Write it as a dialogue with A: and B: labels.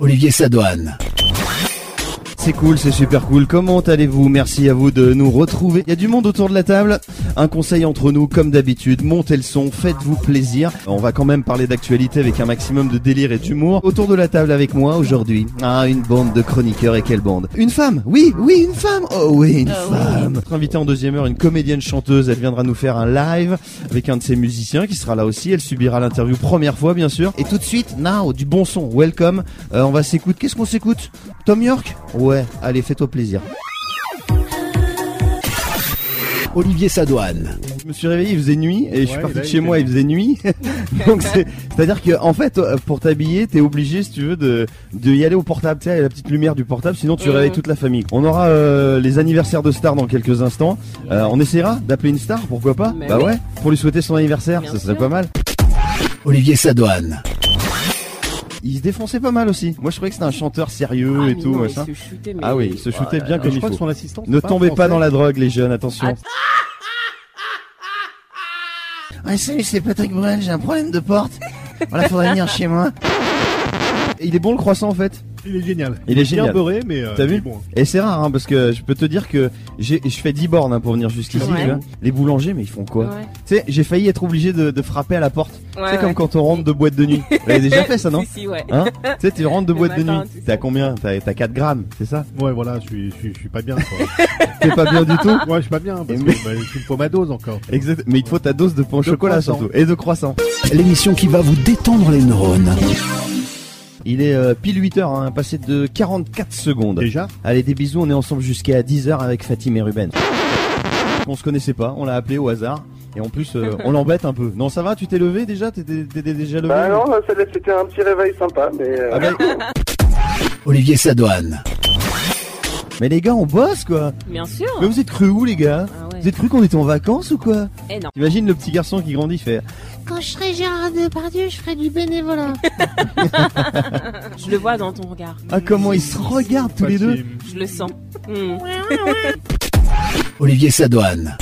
A: Olivier Sadoine.
B: C'est cool, c'est super cool. Comment allez-vous Merci à vous de nous retrouver. Il y a du monde autour de la table. Un conseil entre nous, comme d'habitude, montez le son, faites-vous plaisir. On va quand même parler d'actualité avec un maximum de délire et d'humour. Autour de la table avec moi aujourd'hui. Ah, une bande de chroniqueurs et quelle bande Une femme Oui, oui, une femme Oh oui, une femme Notre invitée en deuxième heure, une comédienne chanteuse, elle viendra nous faire un live avec un de ses musiciens qui sera là aussi. Elle subira l'interview première fois, bien sûr. Et tout de suite, now, du bon son, welcome. Euh, on va s'écouter. Qu'est-ce qu'on s'écoute Tom York Ouais, allez, fais-toi plaisir.
A: Olivier Sadoine.
B: Je me suis réveillé, il faisait nuit, et je suis
C: Ouais,
D: bah
B: parti
C: là,
B: de
C: il
B: chez
C: fait
B: moi, il faisait nuit. Donc c'est, c'est-à-dire que en fait, euh, pour t'habiller, t'es obligé, si tu veux, de, de y aller au portable, tu sais, à la petite lumière du portable, sinon tu
D: Mhm.
B: réveilles toute la famille. On aura euh, les anniversaires de stars dans quelques instants. Euh, on essaiera d'appeler une star, pourquoi pas
D: Mais
B: Bah
D: oui.
B: ouais, pour lui souhaiter son anniversaire,
D: Bien
B: ça serait
D: sûr.
B: pas mal.
A: Olivier Sadoine.
B: Il se défonçait pas mal aussi. Moi, je trouvais que c'était un chanteur sérieux
D: Ah,
B: et
D: mais
B: tout.
D: non, mais
B: machin.
D: il se shootait, mais-
B: Ah oui, il se shootait bien
C: Mais
B: comme
C: je
B: il
C: crois que
B: faut.
C: son assistante.
B: Ne
C: c'est un
B: tombez pas
C: Français.
B: dans la drogue, les jeunes, attention. Ah, salut, c'est Patrick Bruel, j'ai un problème de porte. Voilà, faudrait venir chez moi. Il est bon le croissant en fait.
C: Il est génial.
B: Il est génial.
C: Bien beurré, mais. euh,
B: T'as vu
C: il est bon.
B: Et c'est rare, hein, parce que je peux te dire que j'ai- je fais 10 bornes hein, pour venir jusqu'ici.
D: Ouais.
B: tu vois. Les boulangers, mais ils font quoi
D: Ouais.
B: Tu sais, j'ai failli être obligé de, de frapper à la porte.
D: Ouais,
B: tu sais,
D: ouais.
B: comme quand on rentre de boîte de nuit. Vous avez déjà fait ça, non
D: Si, si, ouais.
B: Hein Tu sais, tu rentres de
D: Le
B: boîte de
D: matin,
B: nuit.
D: tu sais.
B: T'es à combien T'as t'as 4 grammes, c'est ça
C: Ouais, voilà, je suis, je suis, je suis pas bien. Quoi.
B: T'es pas bien du tout
C: ouais, je suis pas bien parce
B: Mais-
C: que bah, il me faut ma dose encore.
B: Exact. Mais il te faut ta dose de pain au
C: De
B: chocolat
C: croissant.
B: surtout. Et de croissant.
A: L'émission qui va vous détendre les neurones.
B: Il est euh, pile 8 heures, hein, passé de 44 secondes.
C: Déjà
B: Allez, des bisous, on est ensemble jusqu'à 10h avec Fatim et Ruben. On se connaissait pas, on l'a appelé au hasard. Et en plus, euh, on l'embête un peu. Non, ça va, tu t'es levé déjà T'étais t'étais déjà levé
E: Bah non, celle-là, c'était un petit réveil sympa, mais euh,
B: Ah bah,
A: Olivier Sadoine.
B: mais les gars, on bosse quoi
D: Bien sûr.
B: Mais vous êtes cru où les gars
D: Ah ouais.
B: Vous êtes cru qu'on était en vacances ou quoi
D: Eh non.
B: Imagine le petit garçon qui grandit faire.
F: Quand je serai Gérard Depardieu, je ferai du bénévolat.
D: Je le vois dans ton regard.
B: Ah, comment ils se regardent tous les deux
C: Fatim.
D: Je le sens. Hmm.
A: Olivier Sadoine.